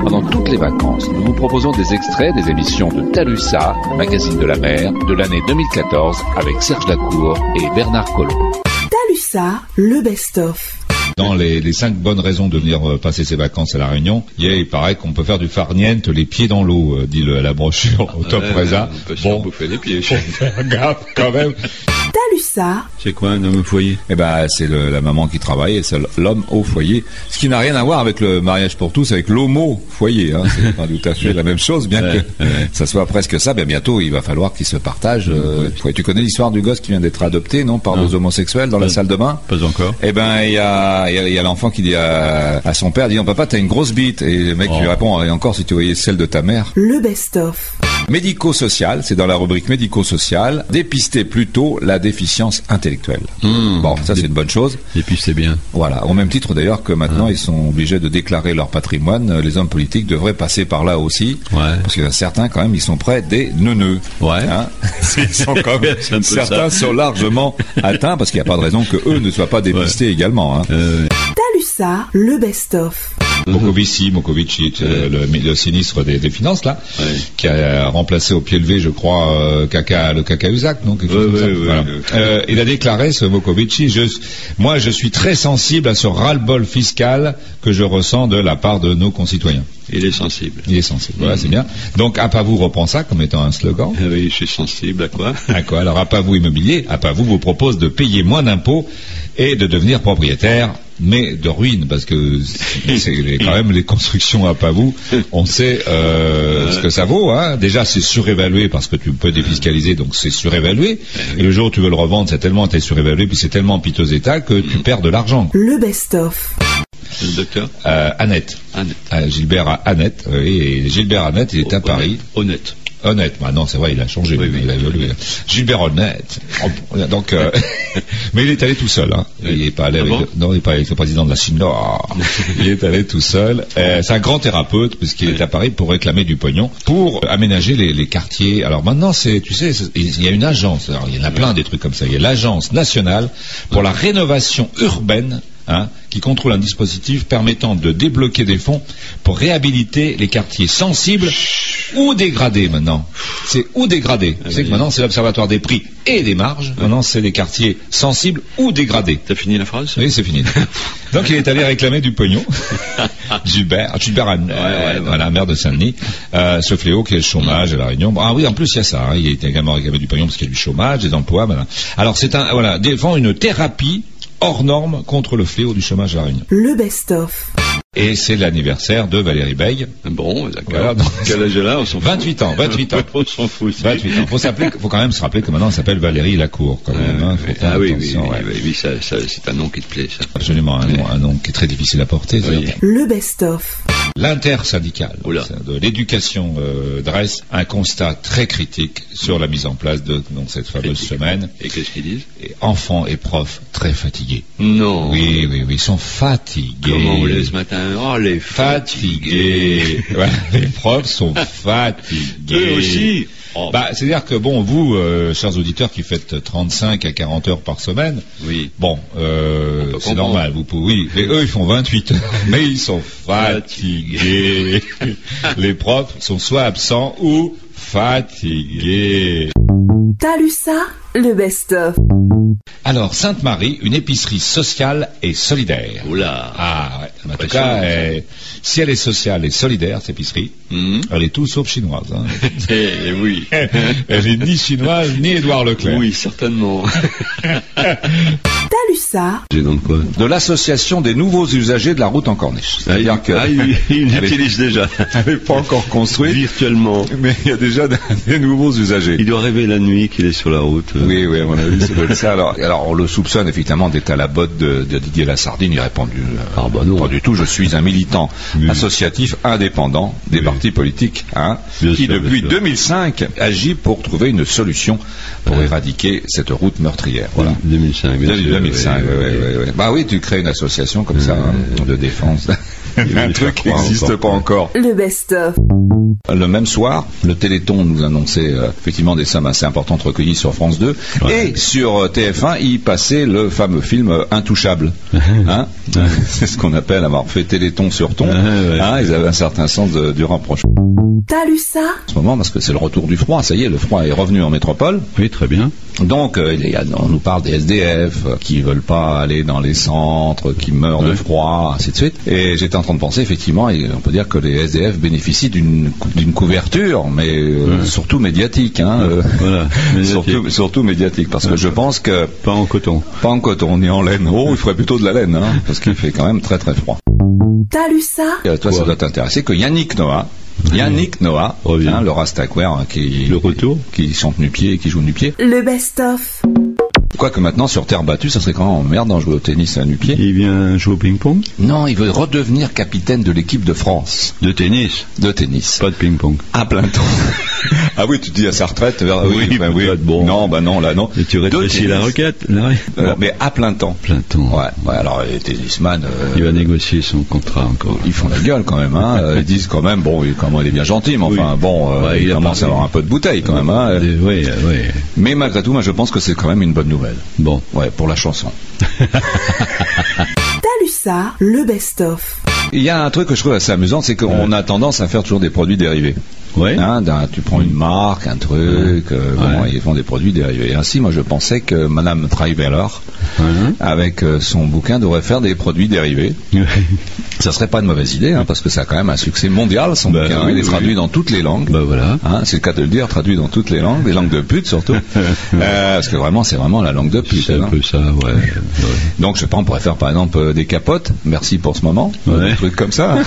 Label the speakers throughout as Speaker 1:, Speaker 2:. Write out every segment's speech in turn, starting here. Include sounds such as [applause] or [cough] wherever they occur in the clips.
Speaker 1: Pendant toutes les vacances, nous vous proposons des extraits des émissions de Talusa, magazine de la mer, de l'année 2014 avec Serge Lacour et Bernard Collomb.
Speaker 2: Talusa, le best-of.
Speaker 3: Dans les, les, cinq bonnes raisons de venir euh, passer ses vacances à La Réunion, il, y a, il paraît qu'on peut faire du farniente les pieds dans l'eau, euh, dit le- la brochure au top
Speaker 4: Ouais,
Speaker 3: présent.
Speaker 4: On peut
Speaker 3: Bon,
Speaker 4: bouffer les pieds.
Speaker 3: faut faire gaffe quand même.
Speaker 2: Talusa,
Speaker 4: C'est quoi un homme au foyer
Speaker 3: Eh ben, c'est le- la maman qui travaille et c'est l'homme au foyer. Ce qui n'a rien à voir avec le mariage pour tous, avec l'homo foyer. Hein. C'est pas tout à fait la même chose, bien
Speaker 4: Ouais,
Speaker 3: que ça soit presque ça. Ben, bientôt, il va falloir qu'ils se partagent. euh, ouais. Tu connais l'histoire du gosse qui vient d'être adopté, non, par
Speaker 4: Non.
Speaker 3: deux homosexuels dans la
Speaker 4: Pas-
Speaker 3: salle de bain
Speaker 4: Pas encore.
Speaker 3: eh ben, il y a, il y a- il y a l'enfant qui dit à, à son père, dit, non, papa, t'as une grosse bite. Et le mec
Speaker 4: Oh.
Speaker 3: lui répond, et encore si tu voyais celle de ta mère.
Speaker 2: le best-of.
Speaker 3: Médico-social, c'est dans la rubrique médico-social, dépister plutôt la déficience intellectuelle.
Speaker 4: Mmh.
Speaker 3: Bon, ça c'est une bonne chose.
Speaker 4: Et puis c'est bien.
Speaker 3: Voilà, au même titre d'ailleurs que
Speaker 4: Hmm.
Speaker 3: maintenant ils sont obligés de déclarer leur patrimoine, euh, les hommes politiques devraient passer par là aussi.
Speaker 4: Ouais.
Speaker 3: Parce que certains quand même ils sont près des neuneux.
Speaker 4: Ouais. [laughs]
Speaker 3: Hein ils sont quand même-
Speaker 4: C'est un peu ça.
Speaker 3: certains sont largement atteints parce qu'il n'y a pas de raison que eux ne soient pas dépistés également. Hein.
Speaker 4: Euh,
Speaker 2: Talusa, le best-of.
Speaker 3: Mokovici, Mokovici, euh, le, le sinistre des, des finances là,
Speaker 4: Mhm. Ouais.
Speaker 3: qui a remplacé au pied levé, je crois, euh, Kaka, le Kakauzak, non quelque chose comme
Speaker 4: Ouais,
Speaker 3: ça.
Speaker 4: ouais, ouais,
Speaker 3: Voilà.
Speaker 4: le-
Speaker 3: Euh, Il a déclaré ce Mokovici, je, moi, je suis très sensible à ce ras-le-bol fiscal que je ressens de la part de nos concitoyens.
Speaker 4: il est sensible.
Speaker 3: Il est sensible,
Speaker 4: Mhm.
Speaker 3: voilà, c'est bien. Donc, Apavou reprend ça comme étant un slogan.
Speaker 4: Ah oui, je suis sensible à quoi
Speaker 3: À quoi Alors, Apavou Immobilier, Apavou vous propose de payer moins d'impôts et de devenir propriétaire, mais de ruines, parce que c'est c'est les- quand même les constructions Apavou, on sait euh, ce que ça vaut. Hein. Déjà, c'est surévalué parce que tu peux défiscaliser, donc c'est surévalué. Et le jour où tu veux le revendre, c'est tellement t'es surévalué, puis c'est tellement en piteux état que tu perds de l'argent.
Speaker 2: Le best-of.
Speaker 4: Le docteur
Speaker 3: Euh, Annette,
Speaker 4: Honnête.
Speaker 3: Euh, Gilbert Annette, oui, et Gilbert Annette, il est à Paris.
Speaker 4: Honnête.
Speaker 3: Honnête, bah non, c'est vrai, il a changé,
Speaker 4: Oui, oui.
Speaker 3: il a évolué. Gilbert Honnête. Oh, Donc, euh, [laughs] mais il est allé tout seul. Hein. Il n'est pas allé
Speaker 4: Ah
Speaker 3: avec,
Speaker 4: bon
Speaker 3: le, non, il est pas avec le président de la Chine. Non.
Speaker 4: [laughs]
Speaker 3: il est allé tout seul. Euh, c'est un grand thérapeute puisqu'il est à Paris pour réclamer du pognon, pour aménager les, les quartiers. Alors maintenant, c'est, tu sais, c'est- il y a une agence. Alors, il y en a plein des trucs comme ça. Il y a l'agence nationale pour la rénovation urbaine. hein, qui contrôle un dispositif permettant de débloquer des fonds pour réhabiliter les quartiers sensibles ou dégradés maintenant. C'est ou dégradés. tu sais que maintenant c'est l'observatoire des prix et des marges. Maintenant c'est les quartiers sensibles ou dégradés.
Speaker 4: T'as fini la phrase
Speaker 3: Oui, c'est fini. Donc il est allé réclamer du pognon.
Speaker 4: [laughs]
Speaker 3: ah, Gilbert, Gilbert Anne,
Speaker 4: ouais, ouais.
Speaker 3: euh, la maire de Saint-Denis, Euh, ce fléau qui est le chômage à La Réunion. Bon, ah oui, en plus il y a ça, hein. il a été également réclamé du pognon parce qu'il y a du chômage, des emplois. voilà. Alors c'est un, voilà, défend une thérapie hors norme contre le fléau du chômage à La Réunion.
Speaker 2: Le best-of.
Speaker 3: Et c'est l'anniversaire de Valérie Beille.
Speaker 4: Ah Bon, d'accord.
Speaker 3: Voilà, donc-
Speaker 4: Quel âge elle a On s'en fout.
Speaker 3: 28 ans, 28 ans.
Speaker 4: [laughs] on s'en fout. aussi.
Speaker 3: 28 ans. Faut s'appeler, faut quand même se rappeler que maintenant elle s'appelle Valérie Lacour, quand même. hein. Faut faire
Speaker 4: ah oui, oui,
Speaker 3: attention,
Speaker 4: oui,
Speaker 3: ouais.
Speaker 4: oui, oui, ça, ça, c'est un nom qui te plaît, ça.
Speaker 3: Absolument, un nom, un nom qui est très difficile à porter.
Speaker 4: Oui.
Speaker 3: c'est-
Speaker 2: Le best-of.
Speaker 3: L'intersyndicale
Speaker 4: Oula.
Speaker 3: ça, de l'éducation euh, dresse un constat très critique sur la mise en place de donc, cette fameuse
Speaker 4: Critique.
Speaker 3: semaine.
Speaker 4: Et qu'est-ce qu'ils disent
Speaker 3: Et enfants et profs très fatigués.
Speaker 4: Non.
Speaker 3: Oui, oui, oui, ils sont fatigués.
Speaker 4: Oh. Comment on l'est ce matin Oh, les
Speaker 3: Fatigués. [laughs] Ouais, les profs
Speaker 4: [laughs]
Speaker 3: sont fatigués.
Speaker 4: Eux aussi. Oh,
Speaker 3: Bah, c'est-à-dire que bon, vous, euh, chers auditeurs qui faites 35 à 40 heures par semaine,
Speaker 4: oui.
Speaker 3: Bon, euh,
Speaker 4: peut
Speaker 3: c'est
Speaker 4: comprendre.
Speaker 3: normal, vous pouvez. Oui, mais eux, ils font
Speaker 4: [laughs]
Speaker 3: 28 heures, mais ils sont fatigués. Les profs sont soit absents ou fatigués.
Speaker 2: Talusa, le best-of.
Speaker 3: Alors, Sainte-Marie, une épicerie sociale et solidaire.
Speaker 4: Oula.
Speaker 3: Ah, ouais. en tout
Speaker 4: Impressionnant,
Speaker 3: cas,
Speaker 4: ça.
Speaker 3: euh, si elle est sociale et solidaire, cette épicerie,
Speaker 4: Hmm
Speaker 3: elle est tout sauf chinoise.
Speaker 4: [laughs]
Speaker 3: hein.
Speaker 4: Eh, eh
Speaker 3: [laughs]
Speaker 4: oui.
Speaker 3: elle est ni chinoise, ni Édouard Leclerc. [laughs]
Speaker 4: Oui, certainement.
Speaker 2: Talusa,
Speaker 4: J'ai dans quoi
Speaker 3: De l'association des nouveaux usagers de la route en Corniche. C'est-à-dire que...
Speaker 4: Ah, il, il
Speaker 3: Elle est-
Speaker 4: l'utilise [laughs] déjà.
Speaker 3: elle n'est pas encore construite.
Speaker 4: Virtuellement.
Speaker 3: Mais il y a déjà [laughs] des nouveaux usagers.
Speaker 4: Il doit rêver la nuit qu'il est sur la route.
Speaker 3: Oui, oui, à mon avis, ça doit être ça. Alors, alors, on le soupçonne effectivement d'être à la botte de, de Didier Lassardine. Il répond du, euh,
Speaker 4: Ah, bah non.
Speaker 3: pas du tout. Je suis un militant
Speaker 4: Oui.
Speaker 3: associatif indépendant des
Speaker 4: Oui.
Speaker 3: partis politiques, hein,
Speaker 4: Bien
Speaker 3: qui
Speaker 4: sûr, bien
Speaker 3: depuis
Speaker 4: sûr.
Speaker 3: 2005 agit pour trouver une solution pour éradiquer cette route meurtrière. Voilà.
Speaker 4: 2005. bien
Speaker 3: Depuis
Speaker 4: sûr,
Speaker 3: 2005,
Speaker 4: oui,
Speaker 3: ouais,
Speaker 4: oui,
Speaker 3: ouais, ouais. Bah oui, tu crées une association comme ça hein, de défense.
Speaker 4: Il
Speaker 3: [laughs]
Speaker 4: veut
Speaker 3: un
Speaker 4: lui faire
Speaker 3: truc qui
Speaker 4: croire
Speaker 3: n'existe
Speaker 4: encore.
Speaker 3: pas encore.
Speaker 2: le best-of.
Speaker 3: Le même soir, le Téléthon nous annonçait euh, effectivement des sommes assez importantes recueillies sur France 2. Et sur euh, TF1, il passait le fameux film euh,
Speaker 4: [laughs]
Speaker 3: Intouchable. Hein [laughs] C'est ce qu'on appelle avoir fait Téléthon sur ton.
Speaker 4: Ouais, ouais.
Speaker 3: Hein, ils avaient un certain sens euh, de- du rapprochement
Speaker 2: Talusa,
Speaker 3: en ce moment parce que c'est le retour du froid. Ça y est, le froid est revenu en métropole.
Speaker 4: Oui, très bien.
Speaker 3: Donc, euh, il y a- on nous parle des SDF euh, qui veulent pas aller dans les centres, qui meurent de
Speaker 4: Ouais.
Speaker 3: froid, ainsi de suite. Et j'étais en train de penser, effectivement, et on peut dire que les SDF bénéficient d'une cou- d'une couverture, mais euh,
Speaker 4: Ouais.
Speaker 3: surtout médiatique. Hein, euh, [laughs]
Speaker 4: Voilà. Mais
Speaker 3: Surtout, surtout médiatique, parce que je pense que
Speaker 4: Pas en coton.
Speaker 3: pas en coton ni en laine. Oh, il ferait plutôt de la laine, hein, parce qu'il fait quand même très très froid.
Speaker 2: Talusa,
Speaker 3: Et, euh, toi, ça doit t'intéresser que Yannick Noah, Yannick Noah,
Speaker 4: Revient.
Speaker 3: hein, le Rastaquaire, hein, qui
Speaker 4: Le retour.
Speaker 3: qui chante nu-pied et qui joue nu-pied.
Speaker 2: le best-of.
Speaker 3: Quoique maintenant, sur terre battue, ça serait quand même merde d'en jouer au tennis à nu-pied.
Speaker 4: Il vient jouer au ping-pong
Speaker 3: Non, il veut redevenir capitaine de l'équipe de France
Speaker 4: De tennis
Speaker 3: de tennis.
Speaker 4: Pas de ping-pong.
Speaker 3: À plein temps. ah oui, tu dis à sa retraite. vers-
Speaker 4: Oui,
Speaker 3: bah
Speaker 4: peut-être, bon.
Speaker 3: Non, bah non, là non.
Speaker 4: Et tu
Speaker 3: De
Speaker 4: rétrécis la
Speaker 3: tennis.
Speaker 4: requête là, oui.
Speaker 3: Euh,
Speaker 4: Bon,
Speaker 3: mais à plein temps.
Speaker 4: plein temps.
Speaker 3: Ouais, ouais, alors les tennisman, euh,
Speaker 4: Il va négocier son contrat encore.
Speaker 3: ils font la gueule quand même. Hein. Euh, Ils disent quand même, bon, il- comment il est bien gentil, mais
Speaker 4: Oui.
Speaker 3: enfin, bon, euh,
Speaker 4: Ouais,
Speaker 3: il,
Speaker 4: il a
Speaker 3: commence à
Speaker 4: parlé.
Speaker 3: avoir un peu de bouteille quand même. Hein.
Speaker 4: Des- oui, euh, oui.
Speaker 3: Mais malgré tout, moi, je pense que c'est quand même une bonne nouvelle.
Speaker 4: Bon.
Speaker 3: Ouais, pour la chanson.
Speaker 2: Talusa, le best-of.
Speaker 3: Il y a un truc que je trouve assez amusant, c'est qu'on a tendance à faire toujours des produits dérivés.
Speaker 4: Ouais.
Speaker 3: Hein, d'un- tu prends une marque, un truc, euh,
Speaker 4: Ouais.
Speaker 3: bon, ils font des produits dérivés. Et ainsi, moi, je pensais que Madame Triveller,
Speaker 4: Hein
Speaker 3: avec euh, son bouquin, devrait faire des produits dérivés. Ça serait pas une mauvaise idée, hein, parce que ça a quand même un succès mondial, son
Speaker 4: Bah,
Speaker 3: bouquin.
Speaker 4: oui,
Speaker 3: Il est
Speaker 4: oui.
Speaker 3: traduit dans toutes les langues.
Speaker 4: bah voilà.
Speaker 3: Hein, c'est le cas de le dire, traduit dans toutes les langues, les langues de pute
Speaker 4: [laughs]
Speaker 3: surtout. Euh, parce que vraiment, c'est vraiment la langue de pute.
Speaker 4: C'est
Speaker 3: hein.
Speaker 4: un peu ça, ouais. [laughs] ouais.
Speaker 3: Donc, je sais pas, on pourrait faire par exemple euh, des capotes. Merci pour ce moment.
Speaker 4: Ouais.
Speaker 3: Des trucs comme ça. hein.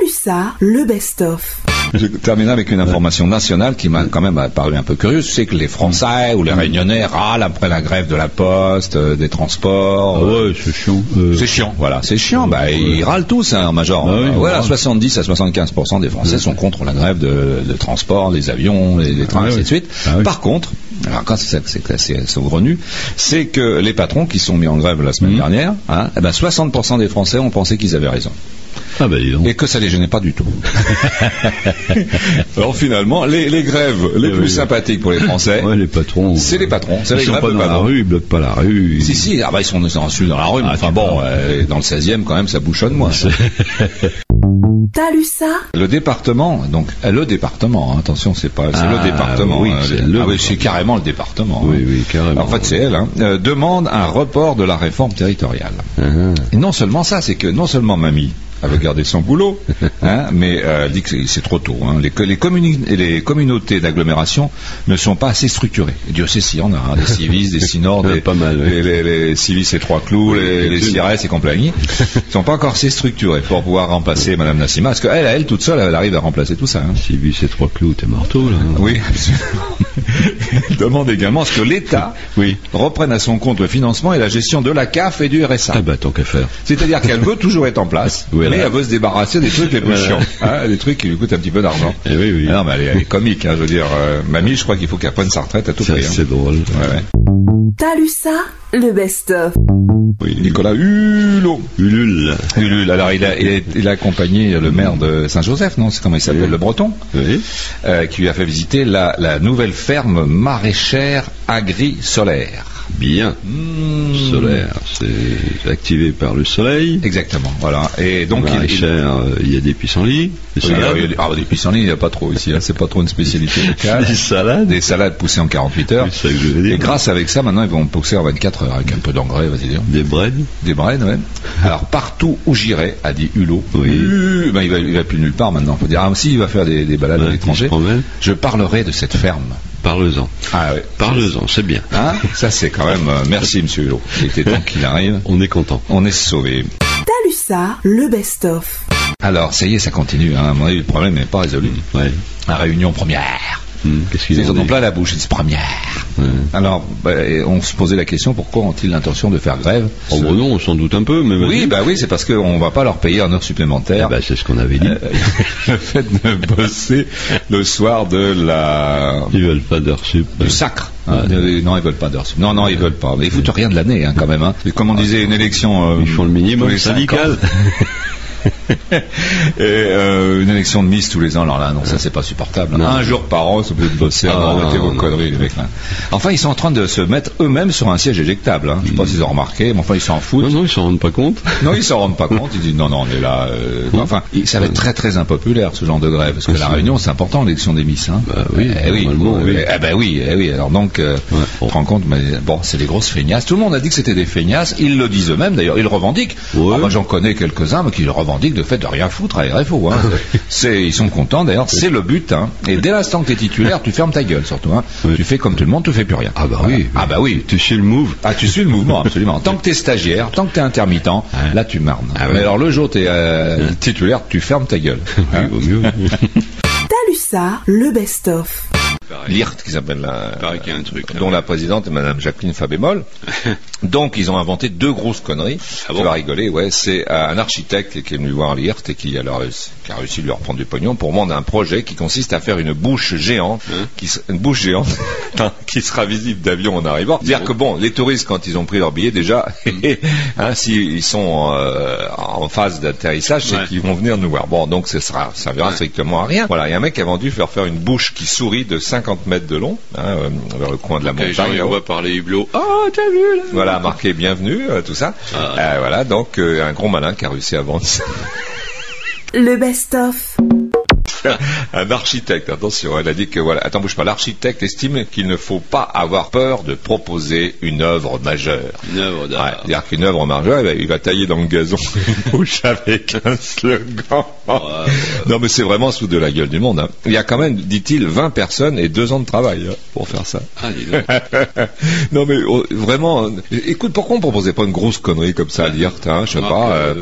Speaker 2: Talusa, le best-of.
Speaker 3: Je terminerai avec une information nationale qui m'a quand même paru un peu curieuse. C'est que les Français ou les Réunionnais râlent après la grève de la poste, euh, des transports.
Speaker 4: Ah ouais, c'est chiant. Euh,
Speaker 3: C'est chiant, voilà. C'est chiant, bah, ils râlent tous, hein, Major.
Speaker 4: Ah oui, ils
Speaker 3: voilà,
Speaker 4: râlent.
Speaker 3: 70 à 75% des Français sont contre la grève de, de transport, des avions, les, les trains,
Speaker 4: Ah
Speaker 3: ainsi
Speaker 4: oui.
Speaker 3: de suite.
Speaker 4: Ah oui.
Speaker 3: Par contre, alors quand c'est c'est assez saugrenu, c'est que les patrons qui sont mis en grève la semaine
Speaker 4: Mhm.
Speaker 3: dernière, hein, eh ben 60% des Français ont pensé qu'ils avaient raison
Speaker 4: Ah bah dis donc.
Speaker 3: et que ça les gênait pas du tout. [laughs] Alors finalement, les, les grèves les
Speaker 4: Eh
Speaker 3: plus
Speaker 4: oui.
Speaker 3: sympathiques pour les Français,
Speaker 4: Ouais, les patrons. euh,
Speaker 3: c'est les patrons, c'est
Speaker 4: Ils
Speaker 3: les
Speaker 4: sont
Speaker 3: grèves
Speaker 4: pas
Speaker 3: de
Speaker 4: dans la
Speaker 3: patrons.
Speaker 4: rue, ils bloquent pas la rue.
Speaker 3: Si, si, ah bah, ils sont ils sont insultés dans la rue, mais
Speaker 4: Ah,
Speaker 3: enfin
Speaker 4: tu
Speaker 3: bon,
Speaker 4: parles.
Speaker 3: euh, dans le 16e quand même, ça bouchonne moins.
Speaker 2: Talusa,
Speaker 3: Le département, donc euh, le département, hein, attention, c'est pas, c'est
Speaker 4: Ah,
Speaker 3: le département.
Speaker 4: oui,
Speaker 3: hein,
Speaker 4: c'est
Speaker 3: le-
Speaker 4: le
Speaker 3: ah oui, c'est
Speaker 4: département.
Speaker 3: carrément le département.
Speaker 4: Oui,
Speaker 3: hein.
Speaker 4: oui, carrément.
Speaker 3: En fait, c'est elle. hein, euh, demande un report de la réforme territoriale.
Speaker 4: Ah,
Speaker 3: Et non seulement ça, c'est que non seulement mamie avait gardé son
Speaker 4: [laughs]
Speaker 3: boulot, hein, mais euh, elle dit que c'est- c'est trop tôt. hein. Les, co- les, communi- et les communautés d'agglomération ne sont pas assez structurées. Et Dieu sait s'il y en a, hein, des civis, des sinors,
Speaker 4: [laughs]
Speaker 3: des,
Speaker 4: Pas mal, oui.
Speaker 3: les, les, les civis et trois clous, les, les CIRES et
Speaker 4: [laughs]
Speaker 3: compagnie, ne sont pas encore assez structurés pour pouvoir remplacer Madame Nassima, parce qu'elle, elle, toute seule, elle arrive à remplacer tout ça. hein.
Speaker 4: Si vu ces trois clous, t'es marteau, là.
Speaker 3: Oui, absolument. [laughs] Elle demande également à ce que l'État
Speaker 4: Oui.
Speaker 3: reprenne à son compte le financement et la gestion de la CAF et du RSA.
Speaker 4: Ah bah, tant qu'à faire.
Speaker 3: C'est-à-dire qu'elle veut toujours être en
Speaker 4: [laughs]
Speaker 3: place,
Speaker 4: Oui, elle
Speaker 3: mais
Speaker 4: a-
Speaker 3: elle veut se débarrasser des trucs les plus
Speaker 4: Voilà.
Speaker 3: chiants, hein, des trucs qui lui coûtent un petit peu d'argent.
Speaker 4: Eh oui, oui.
Speaker 3: Ah Non, mais elle est, elle est comique, hein, je veux dire, euh, mamie, je crois qu'il faut qu'elle prenne sa retraite à tout
Speaker 4: Ça,
Speaker 3: prix. hein.
Speaker 4: c'est drôle.
Speaker 3: Ouais, ouais.
Speaker 2: Talusa, le best-of.
Speaker 3: Oui, Nicolas Hulot.
Speaker 4: Ulule.
Speaker 3: Hulot, alors il a, il, a, il a accompagné le maire de Saint-Joseph, non C'est comment il s'appelle,
Speaker 4: Oui.
Speaker 3: le Breton,
Speaker 4: Oui.
Speaker 3: euh, qui lui a fait visiter la, la nouvelle ferme maraîchère agri-solaire.
Speaker 4: Bien.
Speaker 3: Mmh.
Speaker 4: Solaire. C'est activé par le soleil.
Speaker 3: Exactement, voilà. Et donc, il- il,
Speaker 4: cher, euh, il y a des puissenlits. Des
Speaker 3: Oui, alors, il y a
Speaker 4: salades.
Speaker 3: des- ah, des pissenlits, il n'y a pas trop ici. hein. C'est pas trop une spécialité
Speaker 4: [laughs]
Speaker 3: locale.
Speaker 4: Des salades.
Speaker 3: Des salades poussées en 48 heures.
Speaker 4: Oui, c'est ça que je veux dire.
Speaker 3: Et grâce avec ça, maintenant, ils vont pousser en 24 heures avec un peu d'engrais, vas-y dire.
Speaker 4: Des breads.
Speaker 3: Des braines,
Speaker 4: [laughs]
Speaker 3: ouais. Alors, partout où j'irai, a dit Hulot.
Speaker 4: Oui.
Speaker 3: Hu- ben, il va, il va plus nulle part maintenant. Faut dire, ah, si, il va faire des, des balades à
Speaker 4: Ouais,
Speaker 3: l'étranger.
Speaker 4: il se promène.
Speaker 3: Je parlerai de cette ferme.
Speaker 4: Parle-en.
Speaker 3: Ah ouais.
Speaker 4: Parle-en, c'est bien.
Speaker 3: Hein ça, c'est quand même, euh, merci, monsieur Hulot. Il était temps qu'il arrive.
Speaker 4: On est content.
Speaker 3: On est sauvé.
Speaker 2: Talusa, le best-of.
Speaker 3: Alors, ça y est, ça continue, hein. À mon avis, le problème n'est pas résolu.
Speaker 4: Ouais.
Speaker 3: La réunion première.
Speaker 4: Hum, Qu'est-ce qu'ils
Speaker 3: Ils
Speaker 4: ont
Speaker 3: en ont
Speaker 4: dit
Speaker 3: plein la bouche, ils disent première.
Speaker 4: Ouais.
Speaker 3: Alors, bah, on se posait la question, pourquoi ont-ils l'intention de faire grève
Speaker 4: Oh, bon, non, on s'en doute un peu, mais
Speaker 3: Oui,
Speaker 4: vas-y.
Speaker 3: bah oui, c'est parce qu'on va pas leur payer un heure supplémentaire.
Speaker 4: Eh ben, c'est ce qu'on avait dit.
Speaker 3: Euh, [laughs] le fait de bosser le soir de la
Speaker 4: Ils veulent pas d'heure sup.
Speaker 3: du sacre. hein. Euh, Non, ils veulent pas d'heure sup. Non, non, ils veulent pas. Mais ils foutent rien de l'année, hein, quand même. hein. Et Comme on disait, une élection. euh,
Speaker 4: Ils font le minimum
Speaker 3: tous les cinq ans.
Speaker 4: syndical.
Speaker 3: Et euh, une élection de Miss tous les ans, alors là, non, ça c'est pas supportable. hein.
Speaker 4: Non.
Speaker 3: Un jour par an, c'est peut de bosser,
Speaker 4: Ah,
Speaker 3: avant,
Speaker 4: non,
Speaker 3: arrêtez
Speaker 4: non,
Speaker 3: vos
Speaker 4: non.
Speaker 3: conneries, les mecs. là. Enfin, ils sont en train de se mettre eux-mêmes sur un siège éjectable. Hein. Je
Speaker 4: Mm.
Speaker 3: sais pas s'ils ont remarqué, mais enfin, ils s'en foutent.
Speaker 4: Non, non, ils s'en rendent pas compte.
Speaker 3: Non, ils s'en rendent pas compte. Ils disent non, non, on est là. euh,
Speaker 4: Oui.
Speaker 3: Enfin, il- ça va être très, très impopulaire ce genre de grève, parce que
Speaker 4: Oui,
Speaker 3: la
Speaker 4: c'est-
Speaker 3: Réunion, c'est important l'élection des Miss. Hein.
Speaker 4: Bah oui,
Speaker 3: Eh oui,
Speaker 4: normalement,
Speaker 3: eh,
Speaker 4: oui.
Speaker 3: eh ben oui, eh oui. Alors donc, euh,
Speaker 4: Ouais.
Speaker 3: tu te rends compte, mais bon, c'est des grosses feignasses. Tout le monde a dit que c'était des feignasses. Ils le disent eux-mêmes. D'ailleurs, ils le revendiquent.
Speaker 4: Ouais.
Speaker 3: Ah, moi, j'en connais quelques-uns, mais qui le revendiquent de fait de rien foutre à RFO. Hein. c'est, ils sont contents. D'ailleurs, c'est le but. Hein. Et dès l'instant que t'es titulaire, tu fermes ta gueule, surtout. Hein.
Speaker 4: Oui.
Speaker 3: Tu fais comme tout le monde, tu fais plus rien.
Speaker 4: Ah bah
Speaker 3: Voilà.
Speaker 4: oui.
Speaker 3: Ah bah oui.
Speaker 4: Tu suis le move.
Speaker 3: Ah, tu suis le mouvement, [laughs] absolument. Tant que t'es stagiaire, tant que t'es intermittent, là tu marnes.
Speaker 4: Ah ouais.
Speaker 3: Mais alors le jour t'es euh, titulaire, tu fermes ta [laughs] gueule. Hein
Speaker 4: Oui, vaut [laughs] mieux.
Speaker 2: Talusa, le best-of.
Speaker 3: L'IRT, qui s'appelle la-
Speaker 4: paraît qu'il y a un truc, là.
Speaker 3: dont la présidente est Madame Jacqueline Fabémol. Donc ils ont inventé deux grosses conneries.
Speaker 4: Ah bon
Speaker 3: tu vas rigoler, ouais. C'est euh, un architecte qui est venu voir l'IRT et qui, alors, euh, qui a réussi de leur prendre du pognon pour vendre un projet qui consiste à faire une bouche géante,
Speaker 4: Hein
Speaker 3: qui se- une bouche géante [laughs] qui sera visible d'avion en arrivant. Dire que bon, les touristes quand ils ont pris leur billet déjà,
Speaker 4: Hmm.
Speaker 3: [laughs] hein, s'ils sont euh, en phase d'atterrissage, c'est
Speaker 4: Ouais.
Speaker 3: qu'ils vont venir nous voir. Bon, donc ce sera, ça verra strictement à rien. Voilà, il y a un mec qui a vendu faire faire une bouche qui sourit de 50 mètres de long, hein, euh, vers le coin de la
Speaker 4: Les
Speaker 3: montagne.
Speaker 4: gens, ils
Speaker 3: là-haut.
Speaker 4: voient par les hublots. Ah, t'as vu, là
Speaker 3: Voilà, marqué bienvenue, euh, tout ça.
Speaker 4: Ah.
Speaker 3: Euh, voilà, donc euh, un gros malin qui a réussi à vendre ça. [laughs]
Speaker 2: Le best-of.
Speaker 3: un architecte. Attention, elle a dit que voilà, attends, bouge pas. L'architecte estime qu'il ne faut pas avoir peur de proposer une œuvre majeure.
Speaker 4: Une œuvre
Speaker 3: Ouais,
Speaker 4: d'art.
Speaker 3: c'est-à-dire qu'une œuvre majeure, eh ben, il va tailler dans le gazon [laughs] une bouche avec un slogan.
Speaker 4: ouais.
Speaker 3: Non, mais c'est vraiment sous de la gueule du monde. hein. Il y a quand même, dit-il, 20 personnes et deux ans de travail hein, pour faire ça.
Speaker 4: Ah,
Speaker 3: [laughs]
Speaker 4: dis donc.
Speaker 3: non mais oh, vraiment, euh, écoute, pourquoi on proposait pas une grosse connerie comme ça à l'IRT, hein, je sais
Speaker 4: Ah,
Speaker 3: pas. euh.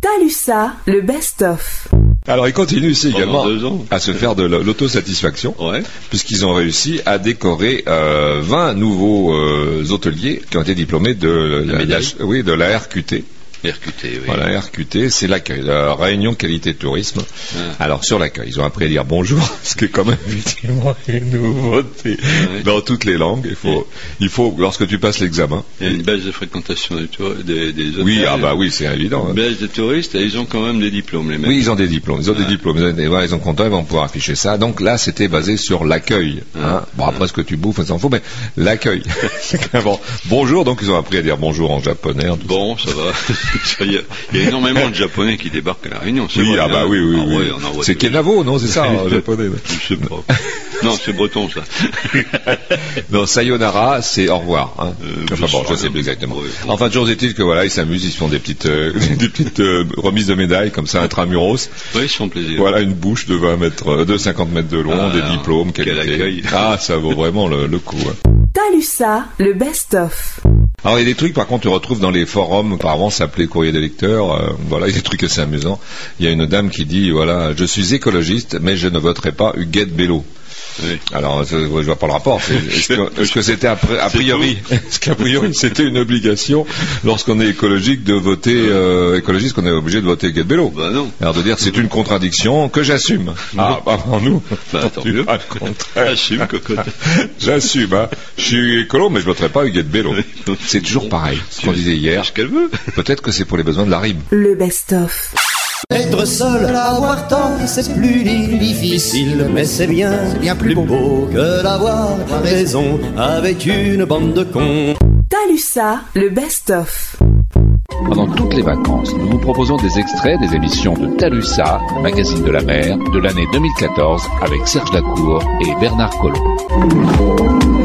Speaker 2: Talusa, le best-of.
Speaker 3: Alors il continue aussi
Speaker 4: Pendant
Speaker 3: également
Speaker 4: deux ans.
Speaker 3: à se faire de l- l'autosatisfaction,
Speaker 4: Ouais.
Speaker 3: puisqu'ils ont réussi à décorer euh, 20 nouveaux euh, hôteliers qui ont été diplômés de la,
Speaker 4: médaille.
Speaker 3: la- oui, de la RQT.
Speaker 4: Percuté, oui.
Speaker 3: Voilà, RQT, c'est l'accueil, la réunion qualité tourisme.
Speaker 4: Ah.
Speaker 3: Alors sur l'accueil, ils ont appris à dire bonjour, [laughs] ce qui est quand même effectivement une nouveauté
Speaker 4: Ouais.
Speaker 3: dans toutes les langues. Il faut, il faut lorsque tu passes l'examen.
Speaker 4: Il y a une baisse de fréquentation des, tour- des, des hôtels.
Speaker 3: Oui, ah bah oui, c'est évident.
Speaker 4: Une baisse des touristes et ils ont quand même des diplômes, les mecs.
Speaker 3: Oui, ils ont des diplômes. Ils ont des
Speaker 4: Ouais.
Speaker 3: diplômes. Ils ont, des- voilà, ils ont content, ils vont pouvoir afficher ça. Donc là, c'était basé sur l'accueil.
Speaker 4: Ah.
Speaker 3: hein. Bon, après ce que tu bouffes, on s'en fout, mais
Speaker 4: [laughs]
Speaker 3: l'accueil. C'est vraiment- Bonjour, donc ils ont appris à dire bonjour en japonais. en tout
Speaker 4: Bon, ça va. [laughs] il, y a, il y a énormément de Japonais qui débarquent à la Réunion. c'est
Speaker 3: Oui,
Speaker 4: vrai,
Speaker 3: ah
Speaker 4: hein.
Speaker 3: bah oui, oui,
Speaker 4: Ah
Speaker 3: oui.
Speaker 4: ouais, on en voit
Speaker 3: c'est
Speaker 4: tous les
Speaker 3: Kenavo, non, c'est ça,
Speaker 4: [laughs]
Speaker 3: en japonais.
Speaker 4: Je sais pas. non, c'est
Speaker 3: [laughs]
Speaker 4: breton, ça.
Speaker 3: Non, sayonara, c'est au revoir. hein.
Speaker 4: Euh,
Speaker 3: enfin
Speaker 4: je
Speaker 3: bon, je
Speaker 4: sais
Speaker 3: sais
Speaker 4: rien.
Speaker 3: plus exactement.
Speaker 4: Oui.
Speaker 3: Enfin, toujours est-il que voilà, ils s'amusent, ils se font des petites, euh, [laughs] des petites euh, remises de médailles comme ça, intramuros.
Speaker 4: oui, ils se font plaisir.
Speaker 3: Voilà une bouche de 20 mètres, euh, de 50 mètres de long,
Speaker 4: Ah,
Speaker 3: des diplômes,
Speaker 4: quel
Speaker 3: qualité.
Speaker 4: accueil.
Speaker 3: Ah, ça vaut vraiment le, le coup. hein.
Speaker 2: Talusa, le best-of.
Speaker 3: Alors il y a des trucs par contre tu retrouves dans les forums, auparavant ça s'appelait courrier des lecteurs, euh, voilà, [laughs] il y a des trucs assez amusants. Il y a une dame qui dit voilà, je suis écologiste mais je ne voterai pas Huguette Bello.
Speaker 4: Oui.
Speaker 3: Alors je, je vois pas le rapport, c'est- est-ce que, est-ce que c'était a, pri- a
Speaker 4: C'est
Speaker 3: priori [laughs] est-ce qu'a priori c'était une obligation lorsqu'on est écologique de voter euh, écologiste qu'on est obligé de voter Huguette Bello
Speaker 4: Bah non.
Speaker 3: alors de dire c'est une contradiction que j'assume. Ah, bah, nous,
Speaker 4: Bah, tant
Speaker 3: tu
Speaker 4: mieux.
Speaker 3: as le contraire.
Speaker 4: [laughs] Assume, cocotte.
Speaker 3: [laughs] J'assume, hein. Je suis écolo, mais je voterai pas Huguette Bello. C'est toujours pareil, ce qu'on disait hier.
Speaker 4: Ce qu'elle veut.
Speaker 3: Peut-être que c'est pour les besoins de la rime.
Speaker 2: Le best-of.
Speaker 5: Être seul, avoir tant, c'est plus difficile, mais c'est bien, bien plus beau que d'avoir raison avec une bande de cons.
Speaker 2: Talusa, le best-of.
Speaker 1: Pendant toutes les vacances, nous vous proposons des extraits des émissions de Talusa, magazine de la mer, de l'année 2014 avec Serge Lacour et Bernard Collomb.